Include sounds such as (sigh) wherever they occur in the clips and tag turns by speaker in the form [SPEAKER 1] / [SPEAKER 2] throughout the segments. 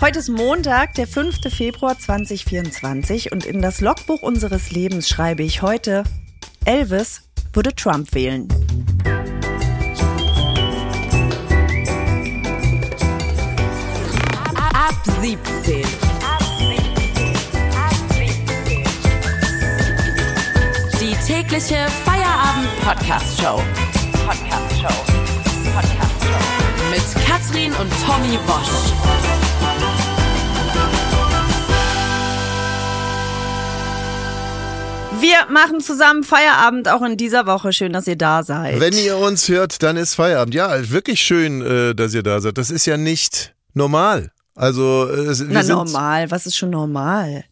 [SPEAKER 1] Heute ist Montag, der 5. Februar 2024 und in das Logbuch unseres Lebens schreibe ich heute, Elvis würde Trump wählen.
[SPEAKER 2] Ab 17. Die tägliche Feierabend-Podcast-Show. Podcast-Show. Podcast-Show. Mit Katrin und Tommy Bosch.
[SPEAKER 1] Wir machen zusammen Feierabend auch in dieser Woche. Schön, dass ihr da seid.
[SPEAKER 3] Wenn ihr uns hört, dann ist Feierabend. Ja, wirklich schön, äh, dass ihr da seid. Das ist ja nicht normal. Also, äh, es- wir
[SPEAKER 1] Na
[SPEAKER 3] sind,
[SPEAKER 1] normal, was ist schon normal?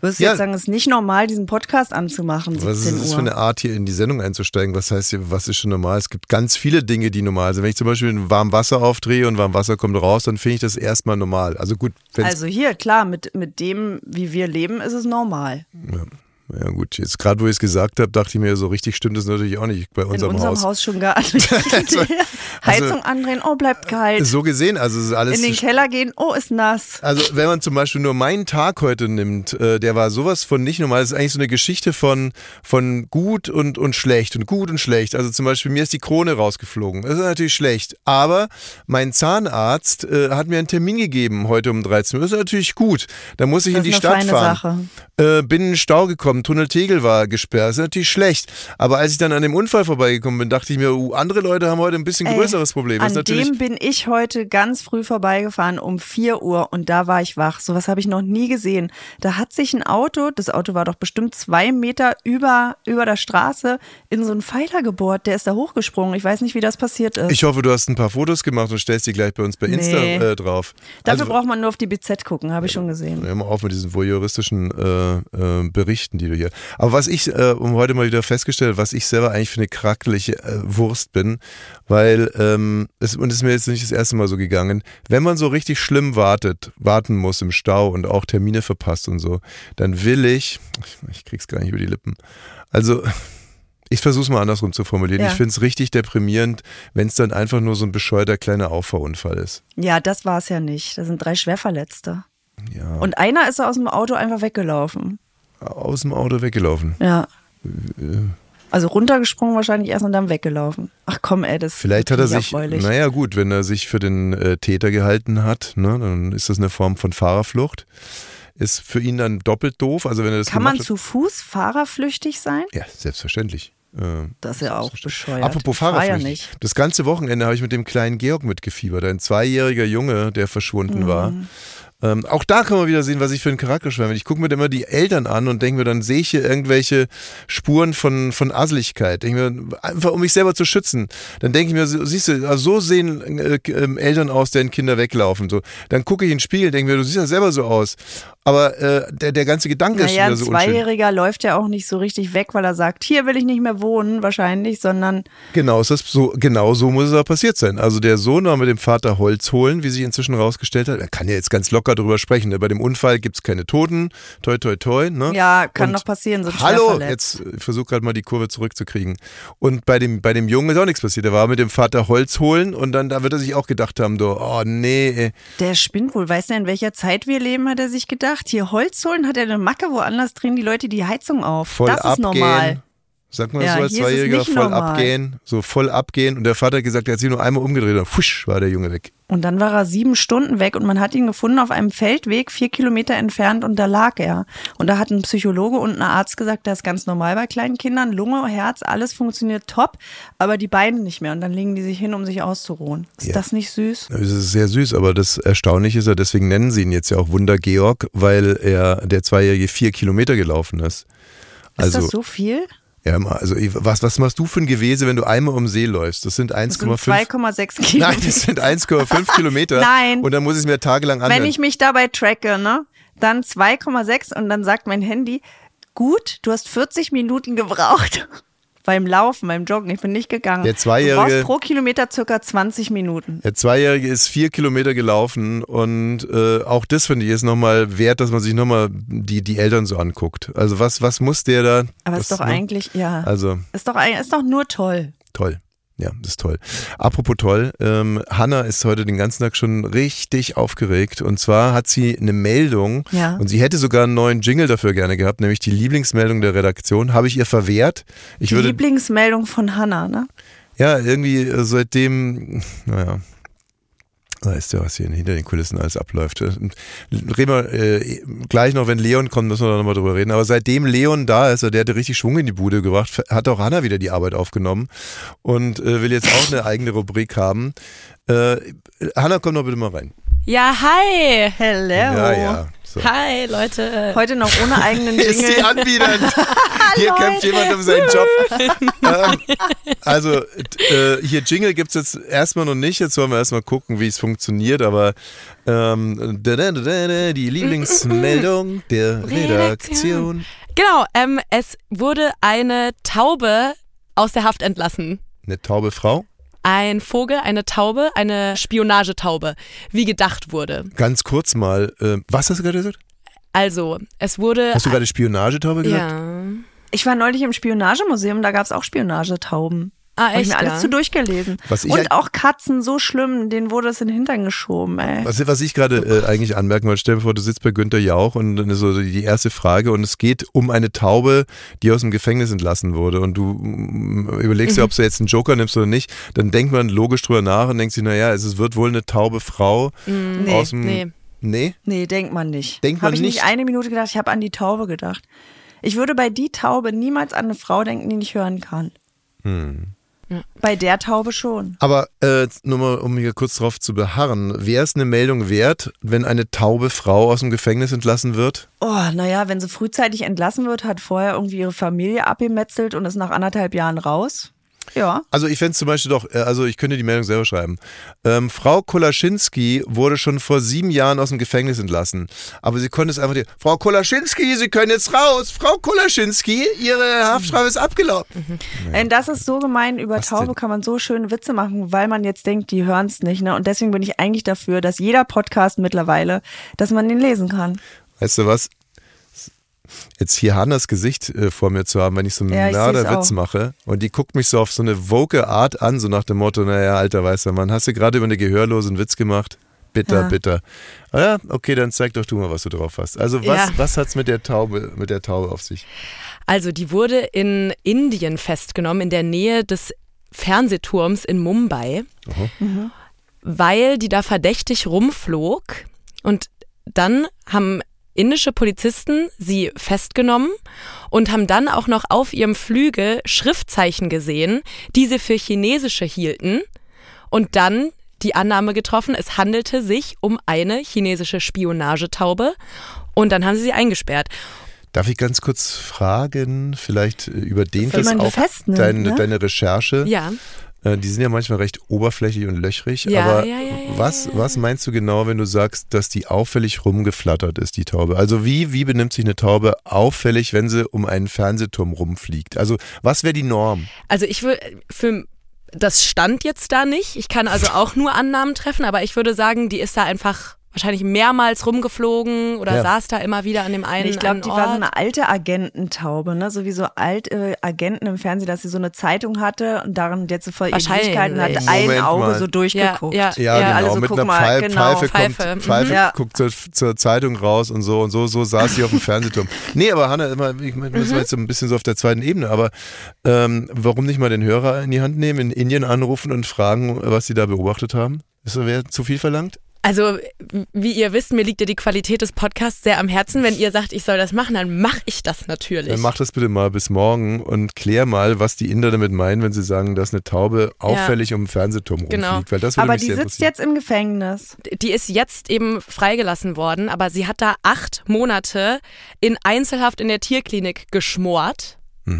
[SPEAKER 1] Würdest du
[SPEAKER 3] Ja.
[SPEAKER 1] jetzt sagen, es ist nicht normal, diesen Podcast anzumachen, 17
[SPEAKER 3] Was ist das
[SPEAKER 1] Uhr?
[SPEAKER 3] für eine Art, hier in die Sendung einzusteigen? Was heißt hier, was ist schon normal? Es gibt ganz viele Dinge, die normal sind. Wenn ich zum Beispiel ein warmes Wasser aufdrehe und warmes Wasser kommt raus, dann finde ich das erstmal normal. Also gut, wenn's,
[SPEAKER 1] also hier, klar, mit, mit dem, wie wir leben, ist es normal. Also
[SPEAKER 3] ja gut, jetzt gerade wo ich es gesagt habe, dachte ich mir, so richtig stimmt das natürlich auch nicht bei
[SPEAKER 1] In
[SPEAKER 3] unserem,
[SPEAKER 1] unserem Haus,
[SPEAKER 3] Haus.
[SPEAKER 1] schon
[SPEAKER 3] (laughs)
[SPEAKER 1] gar nicht. (laughs) Heizung andrehen, oh, bleibt kalt.
[SPEAKER 3] So gesehen, also es ist alles
[SPEAKER 1] In den Keller gehen, oh, ist nass.
[SPEAKER 3] Also wenn man zum Beispiel nur meinen Tag heute nimmt, äh, der war sowas von nicht normal. Das ist eigentlich so eine Geschichte von, von gut und, und schlecht und gut und schlecht. Also zum Beispiel mir ist die Krone rausgeflogen. Das ist natürlich schlecht. Aber mein Zahnarzt äh, hat mir einen Termin gegeben heute um 13 Uhr. Das ist natürlich gut. Da muss ich
[SPEAKER 1] Das
[SPEAKER 3] in die
[SPEAKER 1] ist eine
[SPEAKER 3] Stadt
[SPEAKER 1] feine
[SPEAKER 3] fahren.
[SPEAKER 1] Sache.
[SPEAKER 3] Äh, bin in den Stau gekommen, Tunnel Tegel war gesperrt, ist natürlich schlecht. Aber als ich dann an dem Unfall vorbeigekommen bin, dachte ich mir, uh, andere Leute haben heute ein bisschen
[SPEAKER 1] Ey,
[SPEAKER 3] größeres Problem. Das
[SPEAKER 1] An
[SPEAKER 3] ist natürlich
[SPEAKER 1] dem bin ich heute ganz früh vorbeigefahren um 4 Uhr und da war ich wach. Sowas habe ich noch nie gesehen. Da hat sich ein Auto, das Auto war doch bestimmt zwei Meter über, über der Straße, in so einen Pfeiler gebohrt. Der ist da hochgesprungen. Ich weiß nicht, wie das passiert ist.
[SPEAKER 3] Ich hoffe, du hast ein paar Fotos gemacht und stellst die gleich bei uns bei Insta
[SPEAKER 1] Nee.
[SPEAKER 3] äh, drauf.
[SPEAKER 1] Dafür
[SPEAKER 3] also,
[SPEAKER 1] braucht man nur auf die BZ gucken, habe ich schon gesehen.
[SPEAKER 3] Hör mal auf mit diesen voyeuristischen äh, äh, Berichten, die du hier. Aber was ich, äh, um heute mal wieder festgestellt, was ich selber eigentlich für eine krackliche äh, Wurst bin, weil, ähm, es, und es ist mir jetzt nicht das erste Mal so gegangen, wenn man so richtig schlimm wartet, warten muss im Stau und auch Termine verpasst und so, dann will ich, ich, ich krieg's gar nicht über die Lippen, also (laughs) ich versuche es mal andersrum zu formulieren.
[SPEAKER 1] Ja.
[SPEAKER 3] Ich finde es richtig deprimierend, wenn es dann einfach nur so ein bescheuerter kleiner Auffahrunfall ist.
[SPEAKER 1] Ja, das war es ja nicht. Da sind drei Schwerverletzte.
[SPEAKER 3] Ja,
[SPEAKER 1] Und einer ist aus dem Auto einfach weggelaufen.
[SPEAKER 3] aus dem Auto weggelaufen.
[SPEAKER 1] Ja.
[SPEAKER 3] Äh,
[SPEAKER 1] Also runtergesprungen wahrscheinlich erst und dann weggelaufen. Ach komm, ey, das
[SPEAKER 3] Vielleicht hat er
[SPEAKER 1] ist
[SPEAKER 3] sich,
[SPEAKER 1] erfreulich.
[SPEAKER 3] naja gut, wenn er sich für den äh, Täter gehalten hat, ne, dann ist das eine Form von Fahrerflucht. Ist für ihn dann doppelt doof. Also wenn er das
[SPEAKER 1] Kann
[SPEAKER 3] gemacht
[SPEAKER 1] man zu Fuß fahrerflüchtig sein?
[SPEAKER 3] hat, ja selbstverständlich. Ähm,
[SPEAKER 1] Das ist ja auch bescheuert.
[SPEAKER 3] Apropos
[SPEAKER 1] Ich fahr
[SPEAKER 3] Fahrerflucht.
[SPEAKER 1] Ja nicht.
[SPEAKER 3] Das ganze Wochenende habe ich mit dem kleinen Georg mitgefiebert, ein zweijähriger Junge, der verschwunden war.
[SPEAKER 1] Mhm.
[SPEAKER 3] Ähm, auch da kann man wieder sehen, was ich für ein Charakter schwärme. Ich gucke mir dann immer die Eltern an und denke mir, dann sehe ich hier irgendwelche Spuren von, von Asseligkeit. Denk mir, einfach um mich selber zu schützen. Dann denke ich mir, so- siehst du, also so sehen äh, ähm, Eltern aus, deren Kinder weglaufen. So. Dann gucke ich in den Spiegel, denke mir, du siehst ja selber so aus. Aber äh, der, der ganze Gedanke ist
[SPEAKER 1] Naja,
[SPEAKER 3] schon wieder
[SPEAKER 1] ein
[SPEAKER 3] so unschön.
[SPEAKER 1] Zweijähriger läuft ja auch nicht so richtig weg, weil er sagt, hier will ich nicht mehr wohnen, wahrscheinlich, sondern
[SPEAKER 3] Genau, ist das so, genau so muss es auch passiert sein. Also der Sohn war mit dem Vater Holz holen, wie sich inzwischen rausgestellt hat. Er kann ja jetzt ganz locker drüber sprechen. Ne? Bei dem Unfall gibt es keine Toten. Toi, toi, toi. Ne?
[SPEAKER 1] ja, kann
[SPEAKER 3] Und
[SPEAKER 1] noch passieren, sind schwer
[SPEAKER 3] Hallo,
[SPEAKER 1] verletzt.
[SPEAKER 3] jetzt versuche gerade mal die Kurve zurückzukriegen. Und bei dem, bei dem Jungen ist auch nichts passiert. Er war mit dem Vater Holz holen und dann da wird er sich auch gedacht haben, so, oh nee, ey.
[SPEAKER 1] Der spinnt wohl, weißt du, in welcher Zeit wir leben, hat er sich gedacht. Hier Holz holen hat er eine Macke, woanders drehen die Leute die Heizung auf.
[SPEAKER 3] voll
[SPEAKER 1] das ist
[SPEAKER 3] abgehen.
[SPEAKER 1] normal.
[SPEAKER 3] Sagt man
[SPEAKER 1] Ja,
[SPEAKER 3] das so als
[SPEAKER 1] hier ist es
[SPEAKER 3] Zweijähriger,
[SPEAKER 1] nicht
[SPEAKER 3] voll
[SPEAKER 1] normal.
[SPEAKER 3] abgehen, so voll abgehen. Und der Vater hat gesagt, er hat sich nur einmal umgedreht und fusch war der Junge weg.
[SPEAKER 1] Und dann war er sieben Stunden weg und man hat ihn gefunden auf einem Feldweg, vier Kilometer entfernt und da lag er. Und da hat ein Psychologe und ein Arzt gesagt, das ist ganz normal bei kleinen Kindern. Lunge, Herz, alles funktioniert top, aber die Beine nicht mehr. Und dann legen die sich hin, um sich auszuruhen. Ist
[SPEAKER 3] Ja.
[SPEAKER 1] das nicht süß?
[SPEAKER 3] Es ist sehr süß, aber das Erstaunliche ist ja, deswegen nennen sie ihn jetzt ja auch Wunder Georg, weil er der Zweijährige vier Kilometer gelaufen ist.
[SPEAKER 1] Ist
[SPEAKER 3] Also,
[SPEAKER 1] das so viel?
[SPEAKER 3] ja, mal- also ich- was, was machst du für ein Gewese, wenn du einmal um See läufst? Das sind
[SPEAKER 1] Das sind
[SPEAKER 3] 1,5.
[SPEAKER 1] 2,6
[SPEAKER 3] (laughs) Nein,
[SPEAKER 1] Kilometer.
[SPEAKER 3] das sind
[SPEAKER 1] (laughs)
[SPEAKER 3] 1,5 Kilometer.
[SPEAKER 1] Nein.
[SPEAKER 3] Und dann muss ich es mir tagelang anhören.
[SPEAKER 1] Wenn ich mich dabei tracke, ne? Dann 2,6 und dann sagt mein Handy, gut, du hast 40 Minuten gebraucht. (laughs) Beim Laufen, beim Joggen, ich bin nicht gegangen.
[SPEAKER 3] Der Zweijährige-
[SPEAKER 1] Du brauchst pro Kilometer circa 20 Minuten.
[SPEAKER 3] der Zweijährige ist vier Kilometer gelaufen und äh, auch das finde ich ist nochmal wert, dass man sich nochmal die, die Eltern so anguckt. Also was, was muss der da?
[SPEAKER 1] Aber
[SPEAKER 3] das,
[SPEAKER 1] ist doch
[SPEAKER 3] ne?
[SPEAKER 1] eigentlich, ja.
[SPEAKER 3] Also
[SPEAKER 1] ist doch, ein- ist doch nur toll.
[SPEAKER 3] toll. Ja, das ist toll. Apropos toll, ähm, Hanna ist heute den ganzen Tag schon richtig aufgeregt. Und zwar hat sie eine Meldung
[SPEAKER 1] Ja.
[SPEAKER 3] und sie hätte sogar einen neuen Jingle dafür gerne gehabt, nämlich die Lieblingsmeldung der Redaktion. Habe ich ihr verwehrt. Ich
[SPEAKER 1] Die
[SPEAKER 3] würde,
[SPEAKER 1] Lieblingsmeldung von Hanna, ne?
[SPEAKER 3] ja, irgendwie äh, seitdem, naja. Weißt du, was hier hinter den Kulissen alles abläuft. Äh, Reden wir äh, gleich noch, wenn Leon kommt, müssen wir da nochmal drüber reden. Aber seitdem Leon da ist, der hat richtig Schwung in die Bude gebracht, hat auch Hanna wieder die Arbeit aufgenommen und äh, will jetzt auch eine eigene Rubrik haben. Äh, Hanna, komm doch bitte mal rein.
[SPEAKER 4] Ja, hi.
[SPEAKER 1] Hello.
[SPEAKER 3] Ja, ja. So.
[SPEAKER 4] Hi, Leute.
[SPEAKER 1] Heute noch
[SPEAKER 3] (laughs)
[SPEAKER 1] ohne eigenen
[SPEAKER 3] Ist die
[SPEAKER 1] Jingle.
[SPEAKER 3] anbiedernd. Hier kämpft jemand um seinen Job. Ähm, also t- äh, hier Jingle gibt es jetzt erstmal noch nicht. Jetzt wollen wir erstmal gucken, wie es funktioniert. Aber ähm, da, da, da, da, da, die Lieblingsmeldung der Redaktion.
[SPEAKER 4] Genau, ähm, es wurde eine Taube aus der Haft entlassen.
[SPEAKER 3] Eine taube Frau.
[SPEAKER 4] Ein Vogel, eine Taube, eine Spionagetaube, wie gedacht wurde.
[SPEAKER 3] Ganz kurz mal. ähm, was hast du gerade gesagt?
[SPEAKER 4] Also, es wurde.
[SPEAKER 3] Hast du gerade Spionagetaube gesagt?
[SPEAKER 4] ja.
[SPEAKER 1] Ich war neulich im Spionagemuseum, da gab es auch Spionagetauben.
[SPEAKER 4] Ah,
[SPEAKER 1] Hab ich
[SPEAKER 4] echt?
[SPEAKER 1] mir alles
[SPEAKER 4] ja?
[SPEAKER 1] zu durchgelesen.
[SPEAKER 3] Was ich
[SPEAKER 1] Und
[SPEAKER 3] eig-
[SPEAKER 1] auch Katzen, so schlimm, denen wurde es in den Hintern geschoben, ey.
[SPEAKER 3] Was, was ich gerade äh, eigentlich anmerken wollte, stell dir vor, du sitzt bei Günther Jauch und dann ist so die erste Frage und es geht um eine Taube, die aus dem Gefängnis entlassen wurde und du mm, überlegst dir, ob du jetzt einen Joker nimmst oder nicht, dann denkt man logisch drüber nach und denkt sich, naja, es ist- wird wohl eine taube Frau
[SPEAKER 1] Nee,
[SPEAKER 3] aus dem...
[SPEAKER 4] nee.
[SPEAKER 3] Nee?
[SPEAKER 1] Nee, denkt man nicht.
[SPEAKER 3] Denkt man
[SPEAKER 1] Habe ich nicht
[SPEAKER 3] nicht.
[SPEAKER 1] eine Minute gedacht, ich habe an die Taube gedacht. Ich würde bei die Taube niemals an eine Frau denken, die nicht hören kann.
[SPEAKER 3] Hm.
[SPEAKER 1] Bei der Taube schon.
[SPEAKER 3] Aber äh, nur mal, um hier kurz drauf zu beharren, wäre es eine Meldung wert, wenn eine taube Frau aus dem Gefängnis entlassen wird?
[SPEAKER 1] Oh, naja, wenn sie frühzeitig entlassen wird, hat vorher irgendwie ihre Familie abgemetzelt und ist nach anderthalb Jahren raus. Ja.
[SPEAKER 3] Also ich fände zum Beispiel doch, äh, also ich könnte die Meldung selber schreiben. Ähm, Frau Kolaschinski wurde schon vor sieben Jahren aus dem Gefängnis entlassen. Aber sie konnte es einfach nicht. Frau Kolaschinski, Sie können jetzt raus. Frau Kolaschinski, Ihre Haftstrafe ist abgelaufen.
[SPEAKER 1] Denn das ist so gemein, über
[SPEAKER 3] Was
[SPEAKER 1] Taube
[SPEAKER 3] denn?
[SPEAKER 1] kann man so schöne Witze machen, weil man jetzt denkt, die hören es nicht. Ne? Und deswegen bin ich eigentlich dafür, dass jeder Podcast mittlerweile, dass man den lesen kann.
[SPEAKER 3] Weißt du was? Jetzt hier Hannas Gesicht äh, vor mir zu haben, wenn ich so einen
[SPEAKER 1] Ja, ich seh's
[SPEAKER 3] Mörderwitz
[SPEAKER 1] auch.
[SPEAKER 3] mache und die guckt mich so auf so eine woke Art an, so nach dem Motto, naja, alter weißer Mann, hast du gerade über eine Gehörlose einen Witz gemacht? Bitter,
[SPEAKER 1] Ja.
[SPEAKER 3] bitter. Ah, ja, okay, dann zeig doch du mal, was du drauf hast. Also
[SPEAKER 4] Ja.
[SPEAKER 3] was, was hat's mit der Taube, mit der Taube auf sich?
[SPEAKER 4] Also, die wurde in Indien festgenommen, in der Nähe des Fernsehturms in Mumbai,
[SPEAKER 1] Mhm.
[SPEAKER 4] weil die da verdächtig rumflog. Und dann haben indische Polizisten sie festgenommen und haben dann auch noch auf ihrem Flügel Schriftzeichen gesehen, die sie für chinesische hielten. Und dann die Annahme getroffen, es handelte sich um eine chinesische Spionagetaube. Und dann haben sie sie eingesperrt.
[SPEAKER 3] Darf ich ganz kurz fragen, vielleicht äh, überdehnt
[SPEAKER 1] Wie
[SPEAKER 3] das
[SPEAKER 1] man die
[SPEAKER 3] auch
[SPEAKER 1] festnimmt,
[SPEAKER 3] dein,
[SPEAKER 1] ne?
[SPEAKER 3] deine Recherche?
[SPEAKER 4] Ja.
[SPEAKER 3] Äh, Die sind ja manchmal recht oberflächlich und löchrig,
[SPEAKER 4] Ja,
[SPEAKER 3] aber
[SPEAKER 4] ja, ja, ja,
[SPEAKER 3] was, was meinst du genau, wenn du sagst, dass die auffällig rumgeflattert ist, die Taube? Also wie, wie benimmt sich eine Taube auffällig, wenn sie um einen Fernsehturm rumfliegt? Also was wäre die Norm?
[SPEAKER 4] Also ich würde für das stand jetzt da nicht. Ich kann also auch nur Annahmen treffen, aber ich würde sagen, die ist da einfach wahrscheinlich mehrmals rumgeflogen oder
[SPEAKER 3] Ja.
[SPEAKER 4] saß da immer wieder an dem einen
[SPEAKER 1] Nee, ich glaube,
[SPEAKER 4] einen
[SPEAKER 1] die
[SPEAKER 4] Ort.
[SPEAKER 1] war so eine alte Agententaube, ne? So wie so alte Agenten im Fernsehen, dass sie so eine Zeitung hatte und daran jetzt so voll
[SPEAKER 4] Wahrscheinlich.
[SPEAKER 1] Ewigkeiten hat
[SPEAKER 4] Moment
[SPEAKER 1] ein Auge
[SPEAKER 3] mal.
[SPEAKER 1] so durchgeguckt.
[SPEAKER 4] Ja, ja. also
[SPEAKER 3] Ja, genau,
[SPEAKER 1] alle so,
[SPEAKER 3] mit
[SPEAKER 1] guck
[SPEAKER 3] einer
[SPEAKER 1] mal,
[SPEAKER 3] Pfei-
[SPEAKER 1] genau.
[SPEAKER 3] Pfeife,
[SPEAKER 4] Pfeife, mhm.
[SPEAKER 3] kommt, Pfeife
[SPEAKER 1] Ja.
[SPEAKER 3] guckt zur, zur Zeitung raus und so und so, so saß sie auf dem Fernsehturm. Nee, aber Hanna, immer- ich meine, das
[SPEAKER 4] Mhm.
[SPEAKER 3] war jetzt so ein bisschen so auf der zweiten Ebene, aber ähm, warum nicht mal den Hörer in die Hand nehmen, in Indien anrufen und fragen, was sie da beobachtet haben? Ist das wär zu viel verlangt?
[SPEAKER 4] Also wie ihr wisst, mir liegt ja die Qualität des Podcasts sehr am Herzen. Wenn ihr sagt, ich soll das machen, dann mache ich das natürlich.
[SPEAKER 3] Dann mach das bitte mal bis morgen und klär mal, was die Inder damit meinen, wenn sie sagen, dass eine Taube auffällig um den Fernsehturm rumfliegt.
[SPEAKER 4] Genau.
[SPEAKER 3] Weil das würde
[SPEAKER 1] Aber
[SPEAKER 3] mich
[SPEAKER 1] die
[SPEAKER 3] sehr
[SPEAKER 1] sitzt
[SPEAKER 3] interessieren.
[SPEAKER 1] jetzt im Gefängnis.
[SPEAKER 4] die ist jetzt eben freigelassen worden, aber sie hat da acht Monate in Einzelhaft in der Tierklinik geschmort.
[SPEAKER 3] Mhm.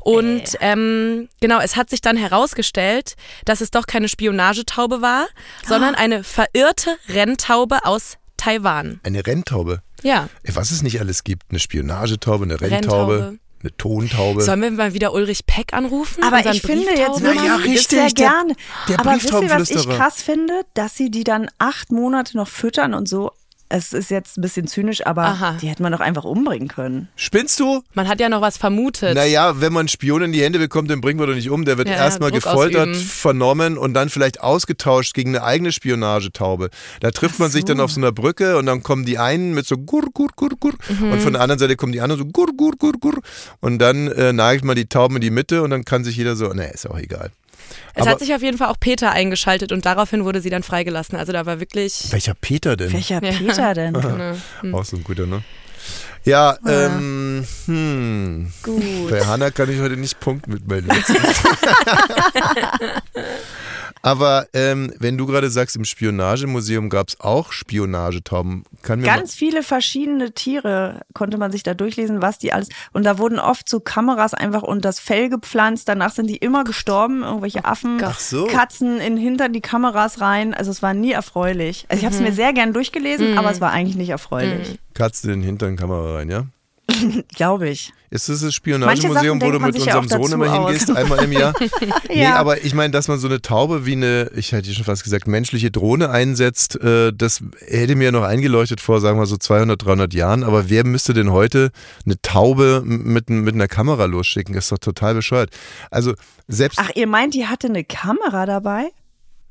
[SPEAKER 4] Und
[SPEAKER 1] Äh.
[SPEAKER 4] ähm, genau, es hat sich dann herausgestellt, dass es doch keine Spionagetaube war, sondern
[SPEAKER 1] Ah.
[SPEAKER 4] eine verirrte Renntaube aus Taiwan.
[SPEAKER 3] Eine Renntaube.
[SPEAKER 4] Ja.
[SPEAKER 3] Ey, Was es nicht alles gibt. Eine Spionagetaube, eine Renntaube,
[SPEAKER 4] Renntaube.
[SPEAKER 3] eine Tontaube.
[SPEAKER 4] Sollen wir mal wieder Ulrich Peck anrufen?
[SPEAKER 1] Aber
[SPEAKER 4] unseren
[SPEAKER 1] ich finde jetzt
[SPEAKER 4] Brieftaubenmann?
[SPEAKER 1] wirklich
[SPEAKER 3] Ja,
[SPEAKER 1] das
[SPEAKER 3] richtig,
[SPEAKER 1] sehr
[SPEAKER 3] der-
[SPEAKER 1] gerne.
[SPEAKER 3] der
[SPEAKER 1] Aber wisst ihr, was ich
[SPEAKER 3] Brieftaubenflüsterer.
[SPEAKER 1] krass finde? Dass sie die dann acht Monate noch füttern und so. es ist jetzt ein bisschen zynisch, aber
[SPEAKER 4] Aha.
[SPEAKER 1] die hätte man doch einfach umbringen können.
[SPEAKER 3] Spinnst du?
[SPEAKER 4] Man hat ja noch was vermutet.
[SPEAKER 3] Naja, wenn man einen Spion in die Hände bekommt, den bringen wir doch nicht um. Der wird
[SPEAKER 4] Ja, ja,
[SPEAKER 3] erstmal
[SPEAKER 4] Druck
[SPEAKER 3] gefoltert,
[SPEAKER 4] ausüben.
[SPEAKER 3] vernommen und dann vielleicht ausgetauscht gegen eine eigene Spionagetaube. Da trifft man sich dann auf so einer Brücke und dann kommen die einen mit so gur, gur, gur, gur
[SPEAKER 4] Mhm.
[SPEAKER 3] und von der anderen Seite kommen die anderen so gur, gur, gur, gur und dann äh, nagelt man die Tauben in die Mitte und dann kann sich jeder so, nee, ist auch egal.
[SPEAKER 4] es
[SPEAKER 3] aber-
[SPEAKER 4] hat sich auf jeden Fall auch Peter eingeschaltet und daraufhin wurde sie dann freigelassen. Also da war wirklich.
[SPEAKER 3] Welcher Peter denn?
[SPEAKER 1] Welcher Peter
[SPEAKER 3] (laughs)
[SPEAKER 1] denn?
[SPEAKER 3] Auch so ein guter, ne? Ja, ähm, hm.
[SPEAKER 4] Gut.
[SPEAKER 3] Bei Hanna kann ich heute nicht punkten mit meinen Witzen. Aber ähm, wenn du gerade sagst, im Spionagemuseum gab es auch Spionagetauben, kann mir
[SPEAKER 1] Ganz viele verschiedene Tiere konnte man sich da durchlesen, was die alles. Und da wurden oft so Kameras einfach unter das Fell gepflanzt. Danach sind die immer gestorben. Irgendwelche Affen,
[SPEAKER 3] Oh Ach so.
[SPEAKER 1] Katzen in hinter die Kameras rein. Also es war nie erfreulich. Also ich habe
[SPEAKER 3] Mhm.
[SPEAKER 1] es mir sehr gern durchgelesen, aber es war eigentlich nicht erfreulich.
[SPEAKER 3] mal Katzen in den hinteren Kamera rein, ja?
[SPEAKER 1] Glaube ich.
[SPEAKER 3] Ist das das
[SPEAKER 1] Manche Sachen
[SPEAKER 3] Spionagemuseum, wo
[SPEAKER 1] denkt
[SPEAKER 3] du
[SPEAKER 1] man
[SPEAKER 3] mit
[SPEAKER 1] sich ja
[SPEAKER 3] unserem
[SPEAKER 1] auch
[SPEAKER 3] Sohn immer
[SPEAKER 1] dazu
[SPEAKER 3] hingehst,
[SPEAKER 1] aus.
[SPEAKER 3] einmal im Jahr? Nee,
[SPEAKER 1] Ja.
[SPEAKER 3] aber ich meine, dass man so eine Taube wie eine, ich hätte schon fast gesagt, menschliche Drohne einsetzt, äh, das hätte mir noch eingeleuchtet vor, sagen wir so 200, 300 Jahren. Aber wer müsste denn heute eine Taube m- mit, n- mit einer Kamera losschicken? Das ist doch total bescheuert. Also selbst,
[SPEAKER 1] Ach, ihr meint, die hatte eine Kamera dabei?